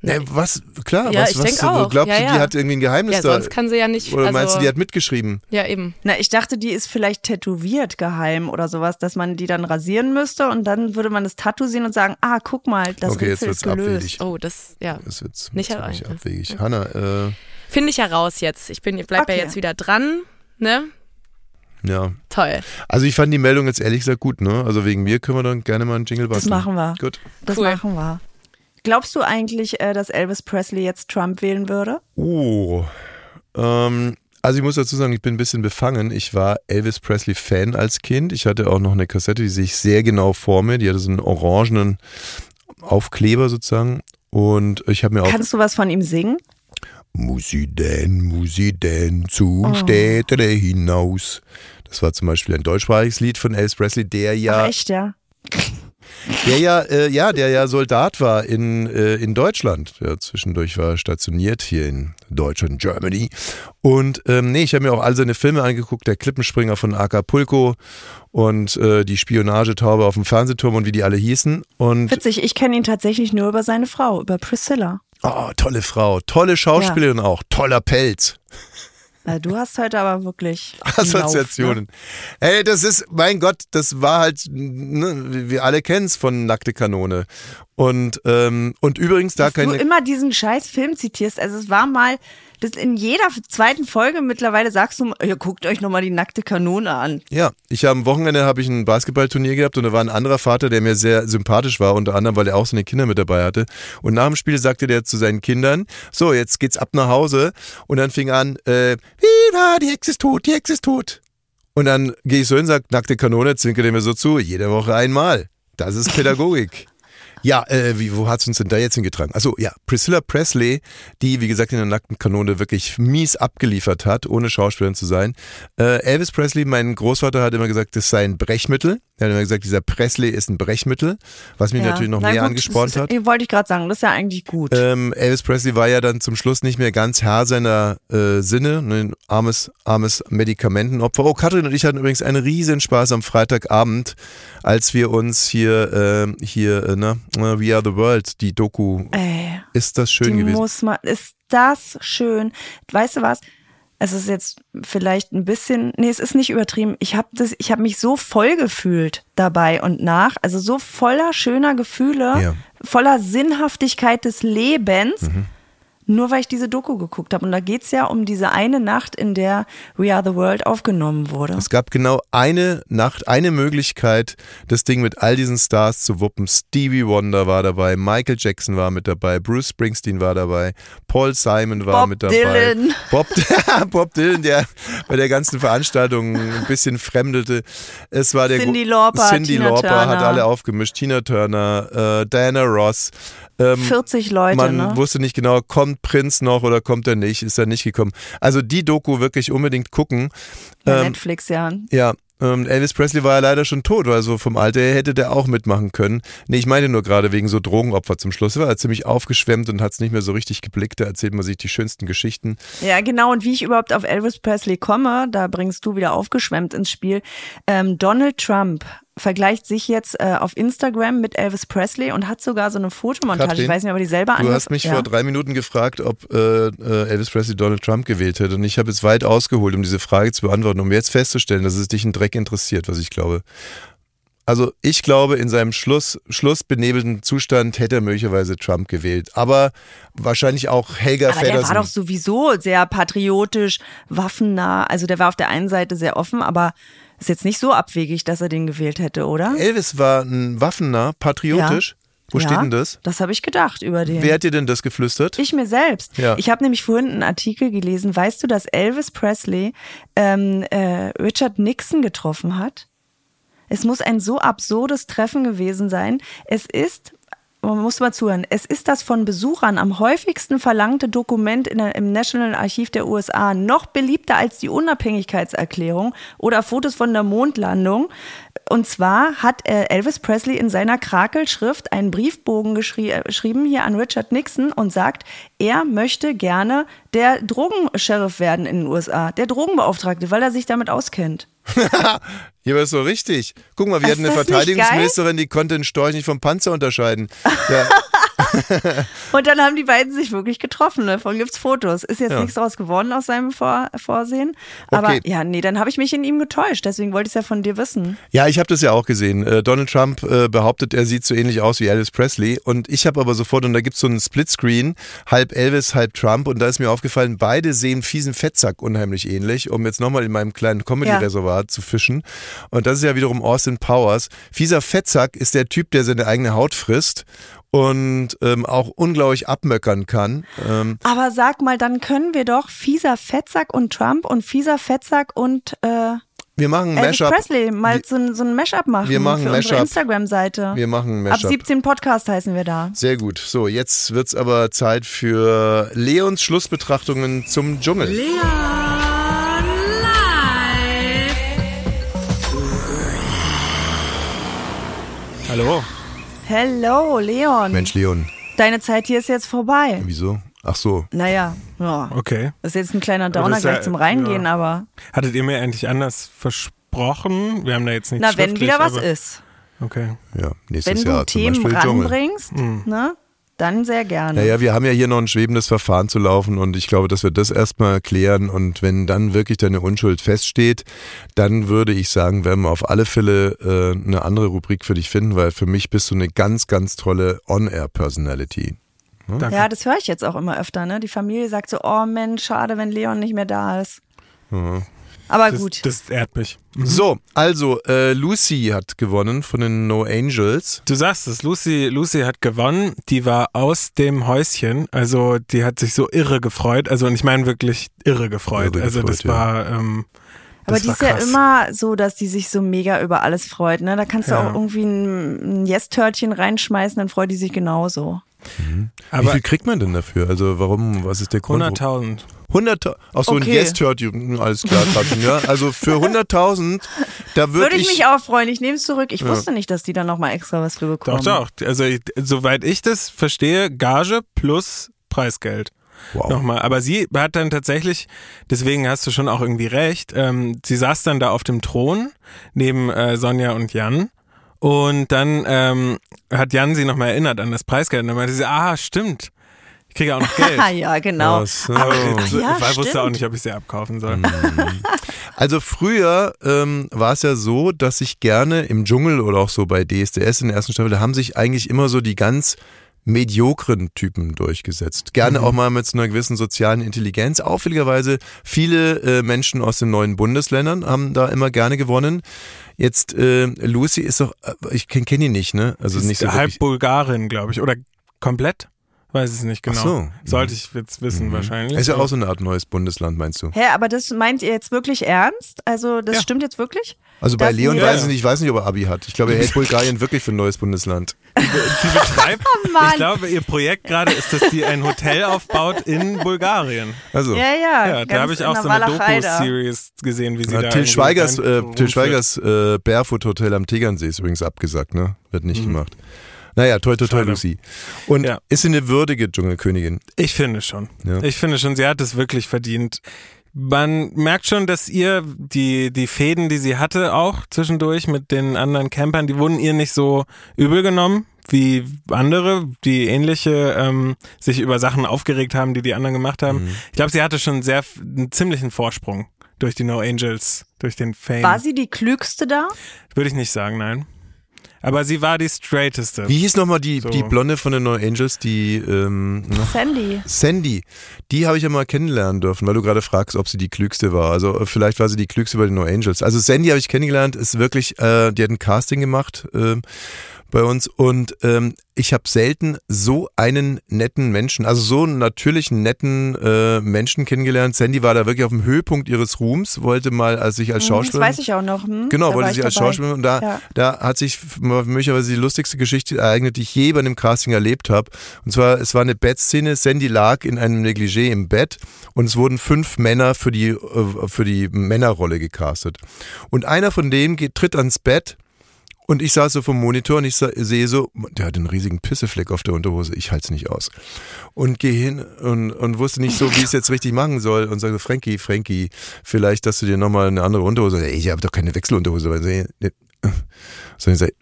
[SPEAKER 3] ne, was, klar,
[SPEAKER 4] Ja,
[SPEAKER 3] was,
[SPEAKER 4] ich
[SPEAKER 3] was
[SPEAKER 4] denk
[SPEAKER 3] du,
[SPEAKER 4] auch.
[SPEAKER 3] glaubst
[SPEAKER 4] Ja,
[SPEAKER 3] du, die
[SPEAKER 4] ja.
[SPEAKER 3] hat irgendwie ein Geheimnis
[SPEAKER 4] Ja,
[SPEAKER 3] da?
[SPEAKER 4] sonst kann sie ja nicht.
[SPEAKER 3] Oder
[SPEAKER 4] also,
[SPEAKER 3] meinst du, die hat mitgeschrieben?
[SPEAKER 4] ja, eben.
[SPEAKER 1] Na, ich dachte, die ist vielleicht tätowiert geheim oder sowas, dass man die dann rasieren müsste und dann würde man das Tattoo sehen und sagen, ah, guck mal, das
[SPEAKER 3] okay, jetzt
[SPEAKER 1] Rätsel
[SPEAKER 3] wird's
[SPEAKER 1] ist gelöst.
[SPEAKER 3] abwegig.
[SPEAKER 4] Oh, das, ja.
[SPEAKER 3] Das wird's
[SPEAKER 4] Nicht
[SPEAKER 3] ziemlich
[SPEAKER 4] allein.
[SPEAKER 3] abwegig. Hanna, äh,
[SPEAKER 4] Finde ich ja raus jetzt. Ich bin, bleib
[SPEAKER 1] Okay.
[SPEAKER 4] ja jetzt wieder dran. Ne?
[SPEAKER 3] ja.
[SPEAKER 4] Toll.
[SPEAKER 3] Also ich fand die Meldung jetzt ehrlich gesagt gut, ne? Also wegen mir können wir dann gerne mal einen Jingle basteln.
[SPEAKER 1] machen wir.
[SPEAKER 3] Gut.
[SPEAKER 1] Das
[SPEAKER 4] Cool.
[SPEAKER 1] machen wir. Glaubst du eigentlich, äh, dass Elvis Presley jetzt Trump wählen würde?
[SPEAKER 3] Oh. Ähm, also ich muss dazu sagen, ich bin ein bisschen befangen. Ich war Elvis Presley Fan als Kind. Ich hatte auch noch eine Kassette, die sehe ich sehr genau vor mir. Die hatte so einen orangenen Aufkleber sozusagen. Und ich habe mir auch
[SPEAKER 1] Kannst du was von ihm singen?
[SPEAKER 3] Muss sie denn, muss sie denn zu
[SPEAKER 1] Oh.
[SPEAKER 3] Städte hinaus? Das war zum Beispiel ein deutschsprachiges Lied von Elvis Presley, der ja
[SPEAKER 1] Ach, echt, ja.
[SPEAKER 3] Der ja, äh, ja, der ja Soldat war in, äh, in Deutschland. Der zwischendurch war stationiert hier in Deutschland, Germany. Und ähm, nee, ich habe mir auch all seine Filme angeguckt, der Klippenspringer von Acapulco und äh, die Spionagetaube auf dem Fernsehturm und wie die alle hießen. Und
[SPEAKER 1] Witzig, ich kenne ihn tatsächlich nur über seine Frau, über Priscilla.
[SPEAKER 3] oh, tolle Frau, tolle Schauspielerin auch, toller Pelz.
[SPEAKER 1] Äh, du hast heute aber wirklich. einen (laughs) Lauf,
[SPEAKER 3] (laughs)
[SPEAKER 1] ne?
[SPEAKER 3] Assoziationen. Ey, das ist, mein Gott, das war halt, ne, wir alle kennen es von Nackte Kanone. Und, ähm, und übrigens, da
[SPEAKER 1] Dass du
[SPEAKER 3] keine.
[SPEAKER 1] immer diesen scheiß Film zitierst. Also es war mal, das in jeder zweiten Folge mittlerweile sagst du, ihr guckt euch nochmal die nackte Kanone an.
[SPEAKER 3] Ja, ich habe am Wochenende habe ich ein Basketballturnier gehabt und da war ein anderer Vater, der mir sehr sympathisch war, unter anderem, weil er auch seine Kinder mit dabei hatte. Und nach dem Spiel sagte der zu seinen Kindern: So, jetzt geht's ab nach Hause. Und dann fing an: äh, Viva, die Hexe ist tot, die Hexe ist tot. Und dann gehe ich so hin, sag nackte Kanone, zwinker dem mir so zu, jede Woche einmal. Das ist (laughs) Pädagogik. Ja, äh, wie, wo hat's uns denn da jetzt hingetragen? Achso, ja, Priscilla Presley, die, wie gesagt, in der nackten Kanone wirklich mies abgeliefert hat, ohne Schauspielerin zu sein. Äh, Elvis Presley, mein Großvater hat immer gesagt, das sei ein Brechmittel. Er hat immer gesagt, dieser Presley ist ein Brechmittel, was mich natürlich noch
[SPEAKER 1] Na
[SPEAKER 3] mehr
[SPEAKER 1] gut,
[SPEAKER 3] angespornt
[SPEAKER 1] das
[SPEAKER 3] hat.
[SPEAKER 1] ist- Wollte ich gerade sagen, das ist ja eigentlich gut.
[SPEAKER 3] Ähm, Elvis Presley war ja dann zum Schluss nicht mehr ganz Herr seiner äh, Sinne, ein armes, armes Medikamentenopfer. Oh, Katrin und ich hatten übrigens einen riesen Spaß am Freitagabend, als wir uns hier, äh, hier, äh, ne, äh, We Are the World, die Doku,
[SPEAKER 1] Ey.
[SPEAKER 3] ist das schön
[SPEAKER 1] die
[SPEAKER 3] gewesen.
[SPEAKER 1] muss man, ist das schön. Weißt du was? Es ist jetzt vielleicht ein bisschen, nee, es ist nicht übertrieben. Ich habe das, ich habe mich so voll gefühlt dabei und nach, also so voller schöner Gefühle,
[SPEAKER 3] Ja. Mhm.
[SPEAKER 1] voller Sinnhaftigkeit des Lebens. Nur weil ich diese Doku geguckt habe. Und da geht's ja um diese eine Nacht, in der We Are the World aufgenommen wurde.
[SPEAKER 3] Es gab genau eine Nacht, eine Möglichkeit, das Ding mit all diesen Stars zu wuppen. Stevie Wonder war dabei, Michael Jackson war mit dabei, Bruce Springsteen war dabei, Paul Simon war
[SPEAKER 1] Bob
[SPEAKER 3] mit dabei.
[SPEAKER 1] Dylan.
[SPEAKER 3] Bob, (laughs) Bob Dylan, der bei der ganzen Veranstaltung ein bisschen fremdelte. Es war der
[SPEAKER 1] Cyndi
[SPEAKER 3] Gru-
[SPEAKER 1] Lauper,
[SPEAKER 3] Cyndi
[SPEAKER 1] Tina
[SPEAKER 3] Lauper hat
[SPEAKER 1] Turner.
[SPEAKER 3] alle aufgemischt. Tina Turner, äh, Diana Ross. Ähm,
[SPEAKER 1] 40 Leute,
[SPEAKER 3] man
[SPEAKER 1] ne?
[SPEAKER 3] wusste nicht genau, kommt Prinz noch oder kommt er nicht, ist er nicht gekommen. Also die Doku wirklich unbedingt gucken.
[SPEAKER 1] Bei Netflix, ja.
[SPEAKER 3] Ja, Ähm, Elvis Presley war ja leider schon tot, also vom Alter her hätte der auch mitmachen können. Nee, ich meinte nur gerade wegen so Drogenopfer zum Schluss. Er war er ziemlich aufgeschwemmt und hat es nicht mehr so richtig geblickt. Da erzählt man sich die schönsten Geschichten.
[SPEAKER 1] Ja, genau. Und wie ich überhaupt auf Elvis Presley komme, da bringst du wieder aufgeschwemmt ins Spiel. Ähm, Donald Trump vergleicht sich jetzt äh, auf Instagram mit Elvis Presley und hat sogar so eine Fotomontage.
[SPEAKER 3] Katrin,
[SPEAKER 1] ich weiß nicht, ob er die selber
[SPEAKER 3] Du
[SPEAKER 1] angef-
[SPEAKER 3] hast mich
[SPEAKER 1] ja.
[SPEAKER 3] vor drei Minuten gefragt, ob äh, äh, Elvis Presley Donald Trump gewählt hätte. Und ich habe jetzt weit ausgeholt, um diese Frage zu beantworten, um jetzt festzustellen, dass es dich ein Dreck interessiert, was ich glaube. Also ich glaube, in seinem Schluss, schlussbenebelten Zustand hätte er möglicherweise Trump gewählt. Aber wahrscheinlich auch Helga
[SPEAKER 1] Aber der war
[SPEAKER 3] Feddersen.
[SPEAKER 1] doch sowieso sehr patriotisch, waffennah. Also der war auf der einen Seite sehr offen, aber ist jetzt nicht so abwegig, dass er den gewählt hätte, oder?
[SPEAKER 3] Elvis war ein waffennah, patriotisch. Wo
[SPEAKER 1] ja,
[SPEAKER 3] steht denn das?
[SPEAKER 1] Das habe ich gedacht über den.
[SPEAKER 3] Wer hat dir denn das geflüstert? (laughs)
[SPEAKER 1] Ich mir selbst.
[SPEAKER 3] Ja.
[SPEAKER 1] Ich habe nämlich vorhin einen Artikel gelesen. Weißt du, dass Elvis Presley ähm, äh, Richard Nixon getroffen hat? Es muss ein so absurdes Treffen gewesen sein. Es ist, man muss mal zuhören, es ist das von Besuchern am häufigsten verlangte Dokument in der, im National Archiv der USA. Noch beliebter als die Unabhängigkeitserklärung oder Fotos von der Mondlandung. Und zwar hat äh, Elvis Presley in seiner Krakelschrift einen Briefbogen geschrie- äh, geschrieben hier an Richard Nixon und sagt, er möchte gerne der Drogensheriff werden in den USA, der Drogenbeauftragte, weil er sich damit auskennt.
[SPEAKER 3] Hier war es so richtig. Guck mal, wir
[SPEAKER 1] Ist
[SPEAKER 3] hatten eine
[SPEAKER 1] das nicht
[SPEAKER 3] Verteidigungsministerin, die konnte einen Storch nicht vom Panzer unterscheiden. Ja,
[SPEAKER 1] Und dann haben die beiden sich wirklich getroffen. Davon gibt's Fotos. Ist jetzt
[SPEAKER 3] Ja.
[SPEAKER 1] nichts draus geworden aus seinem Vor Vorsehen. Aber
[SPEAKER 3] Okay.
[SPEAKER 1] ja, nee, dann habe ich mich in ihm getäuscht. Deswegen wollte ich es ja von dir wissen.
[SPEAKER 3] ja ich habe das ja auch gesehen. Äh, Donald Trump äh, behauptet, er sieht so ähnlich aus wie Elvis Presley. Und ich habe aber sofort, und da gibt es so einen Splitscreen, halb Elvis, halb Trump. Und da ist mir aufgefallen, beide sehen fiesen Fettsack unheimlich ähnlich, um jetzt nochmal in meinem kleinen Comedy-Reservoir zu fischen. Und das ist ja wiederum Austin Powers. Fieser Fettsack ist der Typ, der seine eigene Haut frisst und ähm, auch unglaublich abmöckern kann. Ähm,
[SPEAKER 1] Aber sag mal, dann können wir doch fieser Fettsack und Trump und fieser Fettsack und äh,
[SPEAKER 3] Wir machen ein
[SPEAKER 1] Elvis
[SPEAKER 3] Mashup.
[SPEAKER 1] Presley mal so, ein- so ein Mashup machen
[SPEAKER 3] wir machen
[SPEAKER 1] für
[SPEAKER 3] ein
[SPEAKER 1] unsere
[SPEAKER 3] Mashup.
[SPEAKER 1] Instagram-Seite.
[SPEAKER 3] Wir machen ein
[SPEAKER 1] Ab
[SPEAKER 3] Mashup.
[SPEAKER 1] 17 Podcast heißen wir da.
[SPEAKER 3] Sehr gut. So, jetzt wird's aber Zeit für Leons Schlussbetrachtungen zum Dschungel.
[SPEAKER 5] Hallo.
[SPEAKER 1] Hello, Leon.
[SPEAKER 3] Mensch, Leon,
[SPEAKER 1] Deine Zeit hier ist jetzt vorbei.
[SPEAKER 3] wieso? Ach so.
[SPEAKER 1] Naja, ja.
[SPEAKER 5] Okay.
[SPEAKER 1] Ist jetzt ein kleiner
[SPEAKER 5] das
[SPEAKER 1] Downer
[SPEAKER 5] ist ja-
[SPEAKER 1] gleich zum Reingehen,
[SPEAKER 5] ja.
[SPEAKER 1] aber
[SPEAKER 5] Hattet ihr mir eigentlich anders versprochen? Wir haben da jetzt nichts
[SPEAKER 1] na, wenn
[SPEAKER 5] schriftlich,
[SPEAKER 1] wieder was
[SPEAKER 5] aber-
[SPEAKER 1] ist.
[SPEAKER 5] Okay.
[SPEAKER 3] Ja, nächstes
[SPEAKER 1] Wenn du
[SPEAKER 3] Jahr zum
[SPEAKER 1] Themen
[SPEAKER 3] Beispiel Dschungel.
[SPEAKER 1] ranbringst,
[SPEAKER 5] Hm.
[SPEAKER 1] ne, dann sehr gerne.
[SPEAKER 3] Naja, wir haben ja hier noch ein schwebendes Verfahren zu laufen und ich glaube, dass wir das erstmal klären und wenn dann wirklich deine Unschuld feststeht, dann würde ich sagen, werden wir auf alle Fälle äh, eine andere Rubrik für dich finden, weil für mich bist du eine ganz, ganz tolle On-Air-Personality.
[SPEAKER 5] Danke.
[SPEAKER 1] Ja, das höre ich jetzt auch immer öfter. Ne? Die Familie sagt so, oh Mensch, schade, wenn Leon nicht mehr da ist. Aber
[SPEAKER 5] das,
[SPEAKER 1] gut.
[SPEAKER 5] das ehrt mich. Mhm.
[SPEAKER 3] So, also äh, Lucy hat gewonnen von den No Angels.
[SPEAKER 5] Du sagst es, Lucy, Lucy hat gewonnen. Die war aus dem Häuschen. Also die hat sich so irre gefreut. Also und ich meine wirklich irre gefreut.
[SPEAKER 3] Irre
[SPEAKER 5] also
[SPEAKER 3] gefreut,
[SPEAKER 5] das
[SPEAKER 3] ja.
[SPEAKER 5] war. Ähm,
[SPEAKER 1] Aber
[SPEAKER 5] das
[SPEAKER 1] die
[SPEAKER 5] war
[SPEAKER 1] ist ja
[SPEAKER 5] krass.
[SPEAKER 1] immer so, dass die sich so mega über alles freut. Ne? Da kannst du
[SPEAKER 5] Ja.
[SPEAKER 1] auch irgendwie ein, ein Yes-Törtchen reinschmeißen, dann freut die sich genauso.
[SPEAKER 3] Wie
[SPEAKER 5] Aber
[SPEAKER 3] viel kriegt man denn dafür? Also warum, was ist der Grund?
[SPEAKER 5] 100.000.
[SPEAKER 3] 100.000. Ach so, ein
[SPEAKER 1] Okay.
[SPEAKER 3] yes hört alles klar, Katrin, ja.
[SPEAKER 1] (laughs)
[SPEAKER 3] Also für 100.000, da würd
[SPEAKER 1] Würde ich, mich auch freuen, ich nehme es zurück. Ich wusste nicht, dass die dann nochmal extra was für bekommen.
[SPEAKER 5] Doch, doch. Also ich, soweit ich das verstehe, Gage plus Preisgeld.
[SPEAKER 3] Wow.
[SPEAKER 5] Nochmal. Aber sie hat dann tatsächlich, deswegen hast du schon auch irgendwie recht, ähm, sie saß dann da auf dem Thron neben äh, Sonja und Jan. Und dann ähm, hat Jan sie nochmal erinnert an das Preisgeld. Und dann meinte sie, ah, stimmt. Ich kriege auch
[SPEAKER 1] (laughs)
[SPEAKER 5] noch Geld.
[SPEAKER 1] Ah ja, genau.
[SPEAKER 3] Ach so. Hm,
[SPEAKER 1] Aber,
[SPEAKER 5] Ich
[SPEAKER 1] ah, ja,
[SPEAKER 5] weil wusste auch
[SPEAKER 1] stimmt.
[SPEAKER 5] nicht, ob ich sie abkaufen soll.
[SPEAKER 3] Also früher ähm, war es ja so, dass sich gerne im Dschungel oder auch so bei DSDS in der ersten Staffel, da haben sich eigentlich immer so die ganz mediokren Typen durchgesetzt. Gerne auch mal mit so einer gewissen sozialen Intelligenz. Auffälligerweise viele äh, Menschen aus den neuen Bundesländern haben da immer gerne gewonnen. Jetzt äh, Lucy ist doch, äh, ich kenne kenn die nicht, ne? Also
[SPEAKER 5] Sie
[SPEAKER 3] nicht so
[SPEAKER 5] ist halb
[SPEAKER 3] wirklich.
[SPEAKER 5] Bulgarin, glaube ich. Oder komplett? Weiß es nicht genau.
[SPEAKER 3] Ach so. Mhm.
[SPEAKER 5] Sollte ich jetzt wissen wahrscheinlich.
[SPEAKER 3] Ist ja auch so eine Art neues Bundesland, meinst du?
[SPEAKER 1] Hä, aber das meint ihr jetzt wirklich ernst? Also das
[SPEAKER 5] Ja.
[SPEAKER 1] stimmt jetzt wirklich?
[SPEAKER 3] Also bei
[SPEAKER 1] Das-
[SPEAKER 3] Leon
[SPEAKER 5] Ja,
[SPEAKER 3] weiß
[SPEAKER 5] ja.
[SPEAKER 3] ich nicht, ich weiß nicht, ob er Abi hat. Ich glaube, er hält Bulgarien wirklich für ein neues Bundesland.
[SPEAKER 5] (laughs) Die betreibt,
[SPEAKER 1] Oh Mann.
[SPEAKER 5] ich glaube, ihr Projekt gerade ist, dass die ein Hotel aufbaut in Bulgarien.
[SPEAKER 3] Also.
[SPEAKER 1] Ja, ja.
[SPEAKER 5] Ja, da
[SPEAKER 1] ganz
[SPEAKER 5] habe ich
[SPEAKER 1] in
[SPEAKER 5] auch
[SPEAKER 1] der
[SPEAKER 5] so eine
[SPEAKER 1] Walachei da.
[SPEAKER 5] Doku-Series gesehen, wie sie
[SPEAKER 3] Na,
[SPEAKER 5] da.
[SPEAKER 3] Till
[SPEAKER 5] irgendwie
[SPEAKER 3] Schweigers,
[SPEAKER 5] rein-
[SPEAKER 3] äh, Till
[SPEAKER 5] rumführt.
[SPEAKER 3] Schweigers äh, Barefoot Hotel am Tegernsee ist übrigens abgesagt, ne? Wird nicht gemacht. Naja, toi toi toi
[SPEAKER 5] Mhm. Schade.
[SPEAKER 3] Lucy. Und
[SPEAKER 5] Ja.
[SPEAKER 3] ist sie eine würdige Dschungelkönigin?
[SPEAKER 5] Ich finde schon.
[SPEAKER 3] Ja.
[SPEAKER 5] Ich finde schon, sie hat es wirklich verdient. Man merkt schon, dass ihr die, die Fäden, die sie hatte, auch zwischendurch mit den anderen Campern, die wurden ihr nicht so übel genommen wie andere, die ähnliche ähm, sich über Sachen aufgeregt haben, die die anderen gemacht haben.
[SPEAKER 3] Mhm.
[SPEAKER 5] Ich glaube, sie hatte schon sehr f- einen ziemlichen Vorsprung durch die No Angels, durch den Fame.
[SPEAKER 1] War sie die klügste da?
[SPEAKER 5] Würde ich nicht sagen, nein. Aber sie war die straighteste.
[SPEAKER 3] Wie hieß nochmal die,
[SPEAKER 5] So.
[SPEAKER 3] die Blonde von den No Angels, die ähm, na,
[SPEAKER 1] Sandy.
[SPEAKER 3] Sandy, die habe ich ja mal kennenlernen dürfen, weil du gerade fragst, ob sie die klügste war. Also äh, vielleicht war sie die klügste bei den No Angels. Also Sandy habe ich kennengelernt, ist wirklich, äh, die hat ein Casting gemacht ähm, bei uns und ähm, ich habe selten so einen netten Menschen, also so einen natürlichen netten äh, Menschen kennengelernt. Sandy war da wirklich auf dem Höhepunkt ihres Ruhms, wollte mal als sich als
[SPEAKER 1] Mhm, Das
[SPEAKER 3] Schauspielerin
[SPEAKER 1] weiß ich auch noch. Hm?
[SPEAKER 3] Genau,
[SPEAKER 1] Da war
[SPEAKER 3] wollte
[SPEAKER 1] ich
[SPEAKER 3] sie als
[SPEAKER 1] dabei.
[SPEAKER 3] Schauspielerin und da,
[SPEAKER 1] Ja.
[SPEAKER 3] da hat sich f- möglicherweise die lustigste Geschichte ereignet, die ich je bei einem Casting erlebt habe. Und zwar, es war eine Bettszene, Sandy lag in einem Negligé im Bett und es wurden fünf Männer für die, äh, für die Männerrolle gecastet. Und einer von denen geht, tritt ans Bett und ich saß so vom Monitor und ich sa- sehe so, der hat einen riesigen Pissefleck auf der Unterhose, ich halte es nicht aus. Und gehe hin und, und wusste nicht so, wie ich es jetzt richtig machen soll und sage, Frankie, Frankie, vielleicht, dass du dir nochmal eine andere Unterhose, Ey, ich habe doch keine Wechselunterhose. Weil sie, ne, sondern ich (laughs) sage,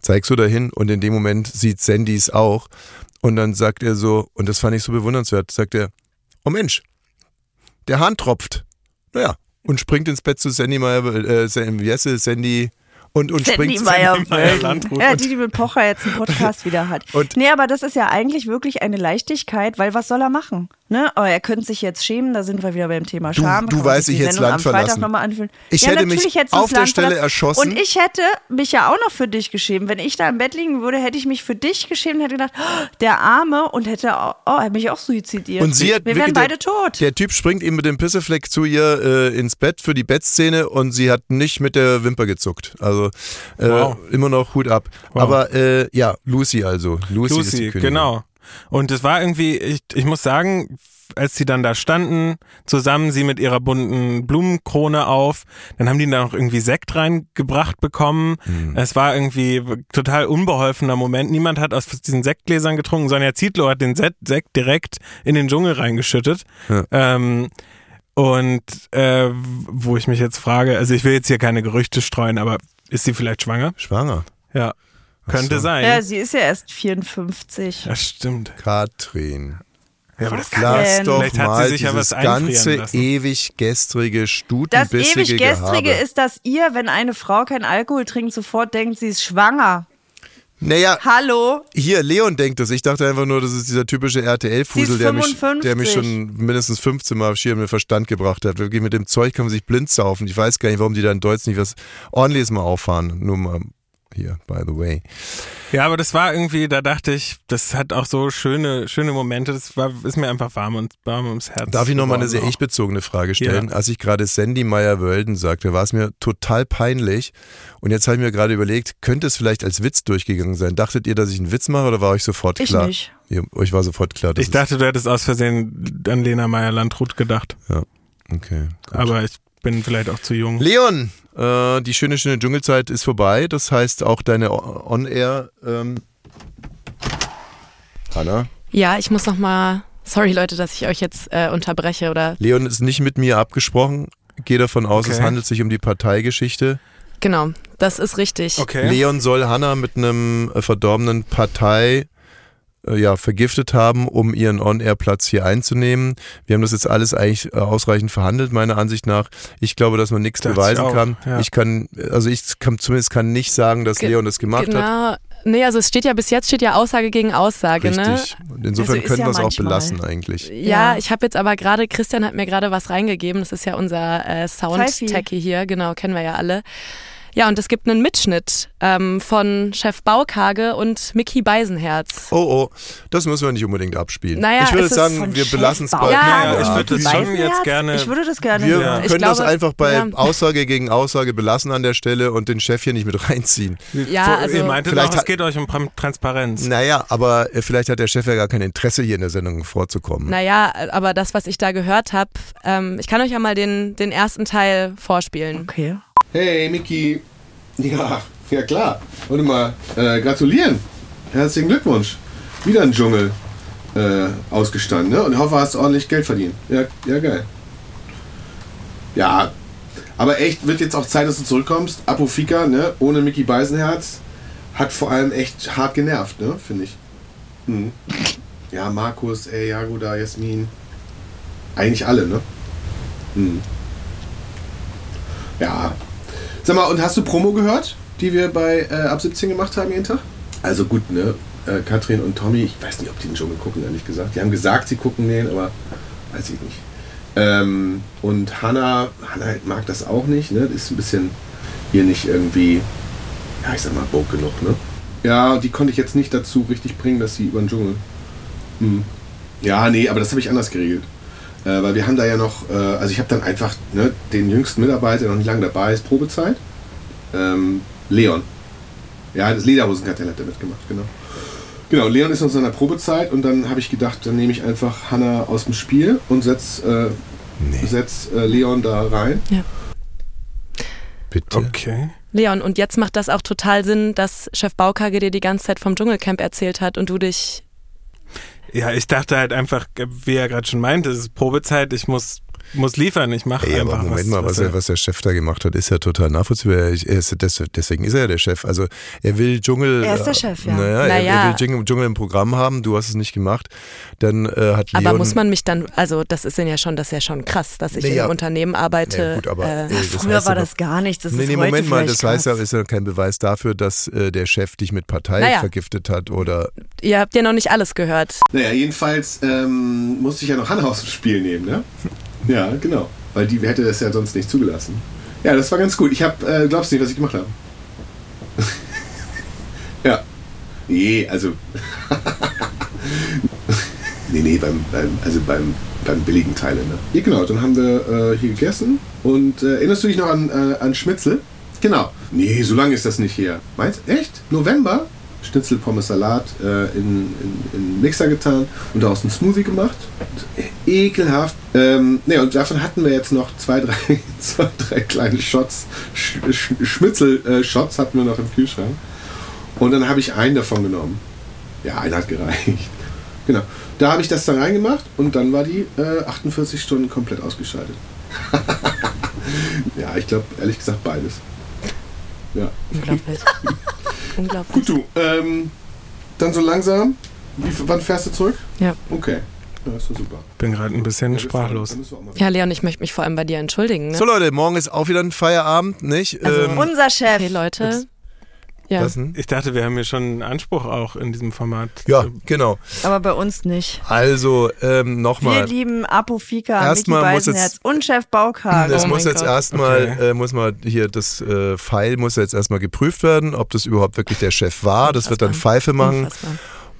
[SPEAKER 3] zeig so dahin und in dem Moment sieht Sandy es auch und dann sagt er so, und das fand ich so bewundernswert, sagt er, oh Mensch, der Hahn tropft. Naja, und springt ins Bett zu Sandy Meyer, äh, Sam- wie heißt sie, Sandy, und, und
[SPEAKER 1] Sandy
[SPEAKER 3] springt zu-
[SPEAKER 1] Meyer
[SPEAKER 5] Landrut.
[SPEAKER 1] ne? Ja, die, die mit Pocher jetzt einen
[SPEAKER 3] (laughs)
[SPEAKER 1] Podcast wieder hat.
[SPEAKER 3] Und-
[SPEAKER 1] nee, aber das ist ja eigentlich wirklich eine Leichtigkeit, weil was soll er machen? Ne? Aber er könnte sich jetzt schämen, da sind wir wieder beim Thema
[SPEAKER 3] Du-
[SPEAKER 1] Scham.
[SPEAKER 3] du
[SPEAKER 1] kann man
[SPEAKER 3] weißt,
[SPEAKER 1] sich
[SPEAKER 3] ich
[SPEAKER 1] die
[SPEAKER 3] hätt's
[SPEAKER 1] Sendung
[SPEAKER 3] Land
[SPEAKER 1] am Freitag
[SPEAKER 3] verlassen.
[SPEAKER 1] noch mal anfühlen.
[SPEAKER 3] Ich
[SPEAKER 1] ja,
[SPEAKER 3] hätte mich
[SPEAKER 1] natürlich hättest du
[SPEAKER 3] auf
[SPEAKER 1] das
[SPEAKER 3] der
[SPEAKER 1] Land
[SPEAKER 3] Stelle
[SPEAKER 1] verlassen.
[SPEAKER 3] erschossen.
[SPEAKER 1] Und ich hätte mich ja auch noch für dich geschämt. Wenn ich da im Bett liegen würde, hätte ich mich für dich geschämt und hätte gedacht, oh, der Arme und hätte, auch- oh, hätte mich auch suizidiert.
[SPEAKER 3] Und sie hat
[SPEAKER 1] wir wären
[SPEAKER 3] wirklich-
[SPEAKER 1] beide tot.
[SPEAKER 3] Der Typ springt ihm mit dem Pissefleck zu ihr äh, ins Bett für die Bettszene und sie hat nicht mit der Wimper gezuckt. Also äh,
[SPEAKER 5] Wow.
[SPEAKER 3] immer noch Hut ab. Aber äh, ja, Lucy also. Lucy, ist die
[SPEAKER 5] Lucy,
[SPEAKER 3] Königin.
[SPEAKER 5] genau. Und es war irgendwie, ich, ich muss sagen, als sie dann da standen, zusammen sie mit ihrer bunten Blumenkrone auf, dann haben die da noch irgendwie Sekt reingebracht bekommen. Es war irgendwie total unbeholfener Moment. Niemand hat aus diesen Sektgläsern getrunken. Sonja Zietlow hat den Sekt Sekt direkt in den Dschungel reingeschüttet.
[SPEAKER 3] Ja.
[SPEAKER 5] Ähm, und äh, wo ich mich jetzt frage, also ich will jetzt hier keine Gerüchte streuen, aber ist sie vielleicht schwanger?
[SPEAKER 3] Schwanger.
[SPEAKER 5] Ja. Könnte
[SPEAKER 3] so.
[SPEAKER 5] sein.
[SPEAKER 1] Ja, sie ist ja erst 54.
[SPEAKER 5] das stimmt.
[SPEAKER 3] Katrin.
[SPEAKER 5] Ja, aber das
[SPEAKER 3] Lass
[SPEAKER 1] denn?
[SPEAKER 3] doch
[SPEAKER 5] Vielleicht hat
[SPEAKER 3] mal
[SPEAKER 5] sie sich ja
[SPEAKER 3] dieses
[SPEAKER 5] was einfrieren
[SPEAKER 3] ganze
[SPEAKER 5] lassen.
[SPEAKER 3] ewig gestrige,
[SPEAKER 1] Das
[SPEAKER 3] stutenbissige
[SPEAKER 1] ewig gestrige
[SPEAKER 3] Gehabe.
[SPEAKER 1] ist, dass ihr, wenn eine Frau keinen Alkohol trinkt, sofort denkt, sie ist schwanger.
[SPEAKER 3] Naja,
[SPEAKER 1] Hallo?
[SPEAKER 3] hier, Leon denkt das. Ich dachte einfach nur, das ist dieser typische
[SPEAKER 1] Sie
[SPEAKER 3] RTL-Fusel,
[SPEAKER 1] ist
[SPEAKER 3] der mich,
[SPEAKER 1] 55.
[SPEAKER 3] der mich schon mindestens 15 Mal auf Schirm mit Verstand gebracht hat. Wirklich mit dem Zeug kann man sich blind saufen. Ich weiß gar nicht, warum die da in Deutsch nicht was ordentliches mal auffahren. Nur mal hier, by the way.
[SPEAKER 5] Ja, aber das war irgendwie, da dachte ich, das hat auch so schöne, schöne Momente. Das war, ist mir einfach warm und warm ums Herz.
[SPEAKER 3] Darf ich nochmal eine sehr
[SPEAKER 5] geworden auch.
[SPEAKER 3] ich-bezogene Frage stellen? Als ich gerade Sandy Meyer-Wölden sagte, war es mir total peinlich. Und jetzt habe ich mir gerade überlegt, könnte es vielleicht als Witz durchgegangen sein? Dachtet ihr, dass ich einen Witz mache oder war euch sofort
[SPEAKER 1] Ich
[SPEAKER 3] klar?
[SPEAKER 1] nicht.
[SPEAKER 3] Ihr, euch war sofort klar, dass
[SPEAKER 5] Ich dachte, du hättest aus Versehen an Lena Meyer-Landrut gedacht.
[SPEAKER 3] es, Okay. gut.
[SPEAKER 5] Aber ich bin vielleicht auch zu jung.
[SPEAKER 3] Leon, äh, die schöne, schöne Dschungelzeit ist vorbei. Das heißt, auch deine O- On-Air. Ähm, Hanna?
[SPEAKER 4] Ja, ich muss noch mal. Sorry Leute, dass ich euch jetzt äh, unterbreche oder
[SPEAKER 3] Leon ist nicht mit mir abgesprochen. Gehe davon aus, es
[SPEAKER 5] Okay.
[SPEAKER 3] handelt sich um die Parteigeschichte.
[SPEAKER 4] genau. Das ist richtig.
[SPEAKER 5] Okay.
[SPEAKER 3] Leon soll Hanna mit einem äh, verdorbenen Partei äh, ja, vergiftet haben, um ihren On-Air-Platz hier einzunehmen. Wir haben das jetzt alles eigentlich äh, ausreichend verhandelt, meiner Ansicht nach. Ich glaube, dass man nichts
[SPEAKER 5] Dachte
[SPEAKER 3] beweisen
[SPEAKER 5] ich auch,
[SPEAKER 3] kann.
[SPEAKER 5] ja.
[SPEAKER 3] Ich kann, also ich kann zumindest kann nicht sagen, dass
[SPEAKER 4] Ge-
[SPEAKER 3] Leon das gemacht hat.
[SPEAKER 4] genau. Nee, also es steht ja bis jetzt steht ja Aussage gegen Aussage, ne?
[SPEAKER 3] Richtig. Und insofern
[SPEAKER 1] Also ist
[SPEAKER 3] können
[SPEAKER 1] ja
[SPEAKER 3] wir es auch
[SPEAKER 1] manchmal.
[SPEAKER 3] belassen eigentlich.
[SPEAKER 4] Ja,
[SPEAKER 1] Ja.
[SPEAKER 4] ich habe jetzt aber gerade, Christian hat mir gerade was reingegeben, das ist ja unser äh,
[SPEAKER 1] Pfeifi.
[SPEAKER 4] Sound-Techie hier, genau, kennen wir ja alle. Ja, und es gibt einen Mitschnitt ähm, von Chef Baukage und Mickey Beisenherz.
[SPEAKER 3] Oh, oh, das müssen wir nicht unbedingt abspielen.
[SPEAKER 4] Naja,
[SPEAKER 3] ich würde
[SPEAKER 4] es ist
[SPEAKER 3] sagen,
[SPEAKER 1] von
[SPEAKER 3] wir
[SPEAKER 1] Chef
[SPEAKER 3] belassen es bei.
[SPEAKER 1] Baukage.
[SPEAKER 4] Ja,
[SPEAKER 5] Naja, ich
[SPEAKER 4] das
[SPEAKER 5] würde
[SPEAKER 4] ist
[SPEAKER 5] das
[SPEAKER 4] ein
[SPEAKER 5] schon jetzt
[SPEAKER 4] Weisenherz.
[SPEAKER 5] gerne.
[SPEAKER 1] Ich würde das gerne
[SPEAKER 3] Wir
[SPEAKER 1] hören.
[SPEAKER 4] Ich
[SPEAKER 3] können das
[SPEAKER 4] glaube,
[SPEAKER 3] einfach bei
[SPEAKER 4] ja.
[SPEAKER 3] Aussage gegen Aussage belassen an der Stelle und den Chef hier nicht mit reinziehen.
[SPEAKER 4] Ja,
[SPEAKER 5] Vor-
[SPEAKER 4] also-
[SPEAKER 5] ihr meintet
[SPEAKER 3] Vielleicht
[SPEAKER 5] doch, es
[SPEAKER 3] hat-
[SPEAKER 5] geht euch um Pram- Transparenz.
[SPEAKER 3] Naja, aber äh, vielleicht hat der Chef ja gar kein Interesse, hier in der Sendung vorzukommen.
[SPEAKER 4] Naja, aber das, was ich da gehört habe, ähm, ich kann euch ja mal den, den ersten Teil vorspielen.
[SPEAKER 1] Okay.
[SPEAKER 6] Hey, Miki. Ja, ja klar. Warte mal, äh, gratulieren. Herzlichen Glückwunsch. Wieder ein Dschungel äh, ausgestanden, ne? Und hoffe, hast ordentlich Geld verdient. Ja, ja, geil. Ja, aber echt, wird jetzt auch Zeit, dass du zurückkommst. Apofika, ne? Ohne Miki Beisenherz hat vor allem echt hart genervt, ne? Finde ich. Hm. Ja, Markus, ey, Jagoda, Jasmin. Eigentlich alle, ne? Hm. Ja, Sag mal, und hast du Promo gehört, die wir bei äh, Ab 17 gemacht haben jeden Tag? Also gut, ne? Äh, Katrin und Tommy, ich weiß nicht, ob die den Dschungel gucken, ehrlich gesagt. Die haben gesagt, sie gucken den, aber weiß ich nicht. Ähm, und Hannah, Hannah mag das auch nicht, ne? Ist ein bisschen hier nicht irgendwie, ja, ich sag mal, woke genug, ne? Ja, die konnte ich jetzt nicht dazu richtig bringen, dass sie über den Dschungel. Hm. Ja, nee, aber das habe ich anders geregelt. Äh, weil wir haben da ja noch, äh, also ich habe dann einfach ne, den jüngsten Mitarbeiter, der noch nicht lange dabei ist, Probezeit. Ähm, Leon. Ja, das Lederhosenkartell hat er mitgemacht, genau. Genau, Leon ist noch in seiner Probezeit und dann habe ich gedacht, dann nehme ich einfach Hanna aus dem Spiel und setz, äh, setz äh, Leon da rein.
[SPEAKER 3] Bitte.
[SPEAKER 5] Okay.
[SPEAKER 4] Leon, und jetzt macht das auch total Sinn, dass Chef Baukage dir die ganze Zeit vom Dschungelcamp erzählt hat und du dich.
[SPEAKER 5] Ja, ich dachte halt einfach, wie er gerade schon meinte, es ist Probezeit, ich muss, muss liefern, ich mache
[SPEAKER 3] Ey,
[SPEAKER 5] einfach
[SPEAKER 3] aber Moment
[SPEAKER 5] was. Also
[SPEAKER 3] mal, was, er, was der Chef da gemacht hat, ist ja total nachvollziehbar. Er ist, des- deswegen ist er ja der Chef. Also er will Dschungel.
[SPEAKER 1] Er ist der
[SPEAKER 3] äh,
[SPEAKER 1] Chef, ja.
[SPEAKER 3] Naja, Er,
[SPEAKER 4] Naja.
[SPEAKER 3] er will Dschungel, Dschungel im Programm haben. Du hast es nicht gemacht. Dann äh, hat Leon.
[SPEAKER 4] Aber muss man mich dann, also das ist ja schon, das ist ja schon krass, dass ich
[SPEAKER 3] Naja.
[SPEAKER 4] im Unternehmen arbeite.
[SPEAKER 3] Ja, gut, aber,
[SPEAKER 4] äh,
[SPEAKER 3] ey, das
[SPEAKER 1] Früher
[SPEAKER 3] heißt
[SPEAKER 1] war
[SPEAKER 3] aber-
[SPEAKER 1] das gar nichts. Das
[SPEAKER 3] nee,
[SPEAKER 1] ist
[SPEAKER 3] nee,
[SPEAKER 1] heute
[SPEAKER 3] Moment mal,
[SPEAKER 1] vielleicht
[SPEAKER 3] das heißt ja,
[SPEAKER 1] krass.
[SPEAKER 3] ist ja kein Beweis dafür, dass äh, der Chef dich mit Partei
[SPEAKER 4] Naja.
[SPEAKER 3] vergiftet hat oder
[SPEAKER 4] ihr habt ja noch nicht alles gehört.
[SPEAKER 6] Naja, jedenfalls ähm, musste ich ja noch Hannah aus dem Spiel nehmen, ne? Ja, genau. Weil die hätte das ja sonst nicht zugelassen. Ja, das war ganz gut. Ich hab, äh, glaubst du nicht, was ich gemacht habe? (laughs) ja. Nee, also. nee, nee, beim, beim, also beim, beim billigen Teil, ne? Ja, genau. Dann haben wir äh, hier gegessen. Und äh, erinnerst du dich noch an, äh, an Schmitzel? Genau. Nee, so lange ist das nicht her. Meinst Echt? November? Schnitzel, Pommes, Salat äh, in, in, in den Mixer getan und daraus einen Smoothie gemacht. Ekelhaft. Ähm, nee, und davon hatten wir jetzt noch zwei, drei, (laughs) zwei, drei kleine Shots. Sch, Sch, Schmitzel-Shots hatten wir noch im Kühlschrank. Und dann habe ich einen davon genommen. Ja, einer hat gereicht. Genau. Da habe ich das dann reingemacht und dann war die äh, 48 Stunden komplett ausgeschaltet. (laughs) ja, ich glaube, ehrlich gesagt, beides. Ja.
[SPEAKER 3] (laughs)
[SPEAKER 4] Unglaublich. Unglaublich.
[SPEAKER 6] Gut, du, ähm, dann so langsam. Wie, wann fährst du zurück?
[SPEAKER 4] Ja.
[SPEAKER 6] Okay. Ja, ist doch super.
[SPEAKER 5] bin gerade ein bisschen sprachlos.
[SPEAKER 4] halt-
[SPEAKER 6] Dann müssen wir auch mal-
[SPEAKER 4] Ja, Leon, ich möchte mich vor allem bei dir entschuldigen. Ne?
[SPEAKER 3] So Leute, morgen ist auch wieder ein Feierabend, nicht?
[SPEAKER 4] Also,
[SPEAKER 3] ähm,
[SPEAKER 1] Unser Chef.
[SPEAKER 4] Okay, Leute. Ja.
[SPEAKER 3] was denn?
[SPEAKER 5] Ich dachte, wir haben hier schon einen Anspruch auch in diesem Format.
[SPEAKER 3] Ja, genau.
[SPEAKER 1] Aber bei uns nicht.
[SPEAKER 3] Also ähm,
[SPEAKER 1] Wir
[SPEAKER 3] nochmal.
[SPEAKER 1] lieben Apofika, Mickey
[SPEAKER 3] Erstmal muss
[SPEAKER 1] Beisenherz
[SPEAKER 3] jetzt- Hm,
[SPEAKER 1] und Chef Baukage.
[SPEAKER 3] Das
[SPEAKER 4] Oh
[SPEAKER 3] muss
[SPEAKER 4] mein
[SPEAKER 3] jetzt
[SPEAKER 4] Gott.
[SPEAKER 3] erstmal,
[SPEAKER 5] Okay.
[SPEAKER 3] äh, muss mal hier, das äh, Pfeil muss jetzt erstmal geprüft werden, ob das überhaupt wirklich der Chef war. Das wird dann
[SPEAKER 4] Unfassbar.
[SPEAKER 3] Pfeife machen.
[SPEAKER 4] Unfassbar.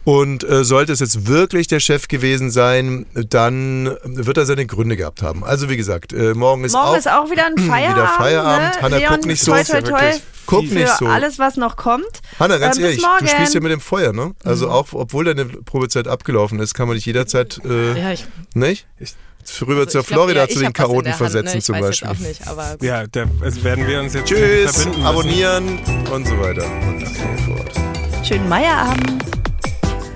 [SPEAKER 3] Und äh, sollte es jetzt wirklich der Chef gewesen sein, dann wird er seine Gründe gehabt haben. Also wie gesagt, äh, morgen ist
[SPEAKER 1] Morgen
[SPEAKER 3] auch. (clears throat)
[SPEAKER 1] ist auch wieder ein Feierabend.
[SPEAKER 3] Feierabend.
[SPEAKER 1] Ne?
[SPEAKER 3] Hanna,
[SPEAKER 1] Leon,
[SPEAKER 3] guck nicht so.
[SPEAKER 1] toi, toi, toi,
[SPEAKER 5] Wirklich
[SPEAKER 3] Guck
[SPEAKER 5] viel.
[SPEAKER 1] Für
[SPEAKER 3] nicht so.
[SPEAKER 1] alles, was noch kommt.
[SPEAKER 3] Hanna, ganz
[SPEAKER 1] Ähm, bis
[SPEAKER 3] ehrlich,
[SPEAKER 1] morgen.
[SPEAKER 3] du spielst ja mit dem Feuer, ne? Also
[SPEAKER 4] Mhm.
[SPEAKER 3] auch, obwohl deine Probezeit abgelaufen ist, kann man dich jederzeit, äh,
[SPEAKER 4] Ja, ich,
[SPEAKER 3] nicht?
[SPEAKER 5] Ich-
[SPEAKER 3] Rüber
[SPEAKER 4] also
[SPEAKER 3] zur
[SPEAKER 4] ich glaub,
[SPEAKER 3] Florida
[SPEAKER 4] ja, ich
[SPEAKER 3] zu den
[SPEAKER 4] hab was in der
[SPEAKER 3] Karoten
[SPEAKER 4] Hand,
[SPEAKER 3] versetzen
[SPEAKER 4] ne? ich
[SPEAKER 3] zum
[SPEAKER 4] weiß
[SPEAKER 3] Beispiel.
[SPEAKER 4] Jetzt auch nicht, aber gut.
[SPEAKER 5] Ja, da, also werden wir uns jetzt
[SPEAKER 3] Tschüss,
[SPEAKER 5] verbinden. müssen.
[SPEAKER 3] abonnieren und so weiter und so fort.
[SPEAKER 1] Schönen Meierabend.